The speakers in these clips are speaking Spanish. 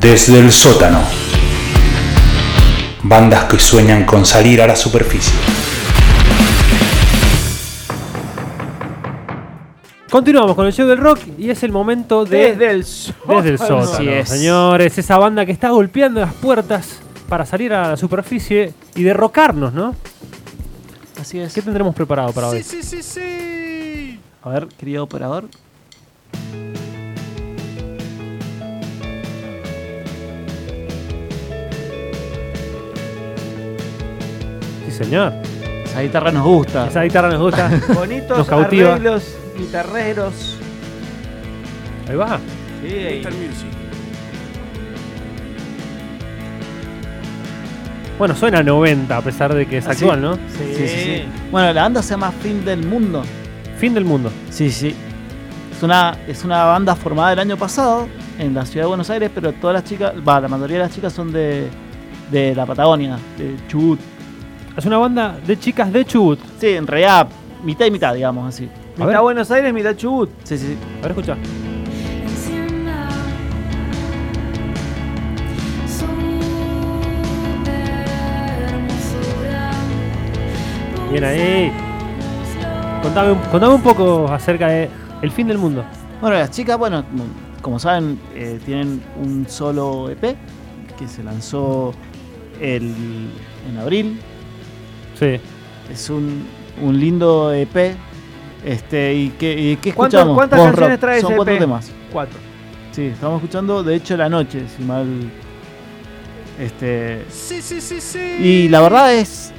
Desde el sótano. Bandas que sueñan con salir a la superficie. Continuamos con el show del rock y es el momento de Desde el sol. Desde el sótano, Así es. señores, esa banda que está golpeando las puertas para salir a la superficie y derrocarnos, ¿no? Así es. ¿Qué tendremos preparado para hoy? Sí, sí, sí, sí. A ver, querido operador. Sí, señor. Esa guitarra nos gusta. Esa guitarra nos gusta. Nos Bonitos cautiva. arreglos guitarreros. Ahí va. Sí, Bueno, suena a 90 a pesar de que es Así. actual, ¿no? Sí, sí, sí. Bueno, la banda se llama Fin del Mundo. Fin del mundo. Sí, sí. Es una, es una banda formada el año pasado en la ciudad de Buenos Aires, pero todas las chicas, va, la mayoría de las chicas son de, de la Patagonia, de Chubut. Es una banda de chicas de Chubut. Sí, en realidad, mitad y mitad, digamos así. A Mitad ver, Buenos Aires, mitad Chubut. Sí, sí, sí. a ver, escucha. Bien ahí. Contame, un- contame un poco acerca de El fin del mundo. Bueno, las chicas, bueno, como saben, eh, tienen un solo EP que se lanzó el, en abril. Sí. Es un, un lindo EP. Este, ¿Y qué, y qué ¿Cuánto- escuchamos? cuántas Bond canciones rock. trae Son ese E cuatro EP? temas. Cuatro. Sí, estamos escuchando De hecho la noche, si mal. Este. Sí, sí, sí, sí. Y la verdad es.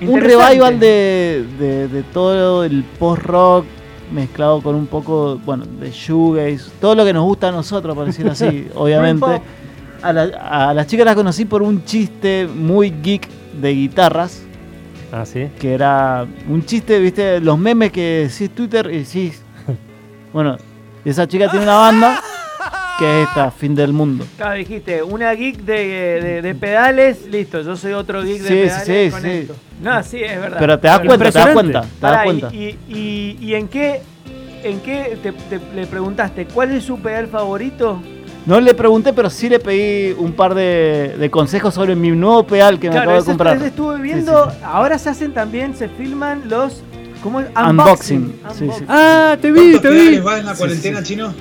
Un Interesante. revival de, de, de todo el post-rock mezclado con un poco, bueno, de shoegaze, todo lo que nos gusta a nosotros, por decirlo así, obviamente. Dream pop. A, la- a las chicas las conocí por un chiste muy geek de guitarras, Ah, sí. que era un chiste, viste, los memes que decís Twitter y decís. Bueno, esa chica tiene una banda que es esta, Fin del Mundo. Claro, dijiste, una geek de, de- de pedales, listo, yo soy otro geek de Sí, sí, pedales sí, con sí. esto. No, sí, es verdad. Pero te das Pero- cuenta, te das impresionante. cuenta, te das Pará, cuenta. y, y- y- y en qué, en qué te, te- le preguntaste cuál es su pedal favorito? No le pregunté, pero sí le pedí un par de, de consejos sobre mi nuevo pedal que me acabo de ese- comprar. ese estuve viendo, Sí, sí, ahora se hacen también, se filman los ¿cómo es? Unboxing, sí, sí. Ah, te vi, te vi. vas en la cuarentena, chino?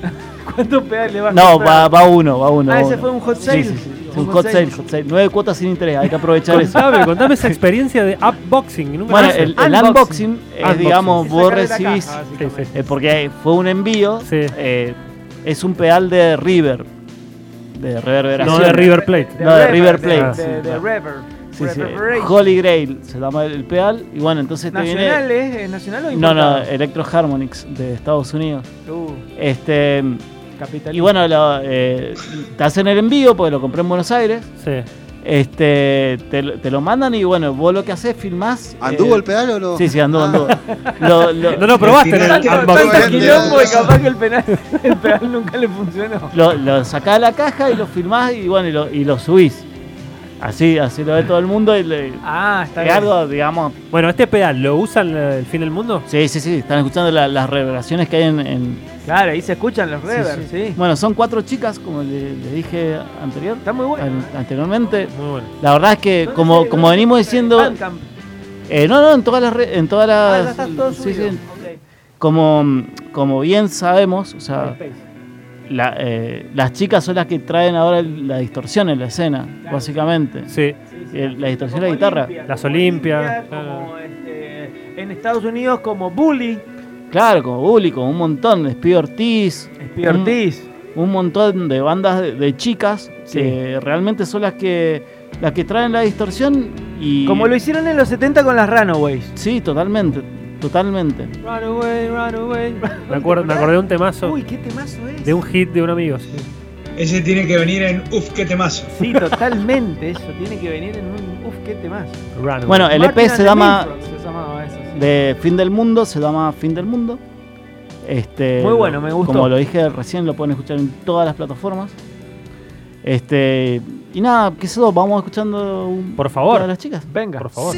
¿Cuántos pedales vas a No, comprar? va, va uno, va uno. Ah, va ese uno. fue un hot Sí, sale. sí, sí, sí, Un hot sale, hot sale. Nueve cuotas sin interés, hay que aprovechar eso. Contame, contame esa experiencia de upboxing. que Nunca Bueno, la hice. el, el Unboxing. unboxing, es, Unboxing. digamos, Es vos sacar de la recibís, caja, Sí, básicamente. sí. eh, porque fue un envío, Sí. eh, es un pedal de River, de reverberación. No de River Plate. No, de River de- Plate, Ah, De, sí, de claro. Rever. Sí, sí, Reverberation. Holy Grail se llama el pedal, y bueno, entonces te ¿Nacional ¿eh? viene... es? ¿Es nacional o No, no, importado? Electro Harmonix de Estados Unidos. Uh, Este, capital. y bueno, lo, eh, te hacen el envío porque lo compré en Buenos Aires. Sí. Este, te, lo- te lo mandan y bueno, vos lo que haces, filmás. ¿Anduvo eh, el pedal o no? Sí, sí, anduvo, Ah. anduvo. Lo- lo- No lo probaste en el Tanto- Tanto Unboxing. quilombo y capaz que el penal, el pedal nunca le funcionó. lo, lo sacás de la caja y lo filmás y bueno, y lo, y lo subís. Así, así lo ve todo el mundo y le, Ah, está es algo, digamos. Bueno, este pedal, ¿lo usan eh, el fin del mundo? Sí, sí, sí, están escuchando la- las reverberaciones que hay en. en- Claro, ahí se escuchan los rever, sí. Bueno, son cuatro chicas, como le, le dije anterior, Está muy bueno. an- anteriormente. Muy bueno. La verdad es que, como, como venimos diciendo, Bandcamp. eh, no, no, en todas las. re- En todas Ah, las ya está todo sí, subido. sí, Ok. como, como bien sabemos, o sea, Space. la- eh, las chicas son las que traen ahora el- la distorsión en la escena, básicamente. Sí. Sí, sí. El- la distorsión de Como la guitarra. Olimpia, Las como Olimpia, Olimpia, claro. como, este, en Estados Unidos como Bully, Claro, como Bully, como un montón, de Speed Ortiz, Speed Mm. Ortiz. un montón de bandas de, de chicas Sí. que realmente son las que las que traen la distorsión y Como lo hicieron en los 70 con las Runaways. sí, totalmente, totalmente. Runaway, runaway. Me, acuerdo, me acordé de un temazo Uy, qué temazo es. de un hit de un amigo. sí. Ese tiene que venir en Uf, qué temazo. Sí, totalmente. Eso tiene que venir en un. Uf, qué temazo. Runaway. Bueno, el EP Martin and se the llama Milfrogs se llamaba eso, sí. de Fin del Mundo, se llama Fin del Mundo. Este, Muy bueno, me gustó. Como lo dije recién, lo pueden escuchar en todas las plataformas. Este, y nada, qué sé yo, vamos escuchando un Por a favor, las chicas. Venga. por favor.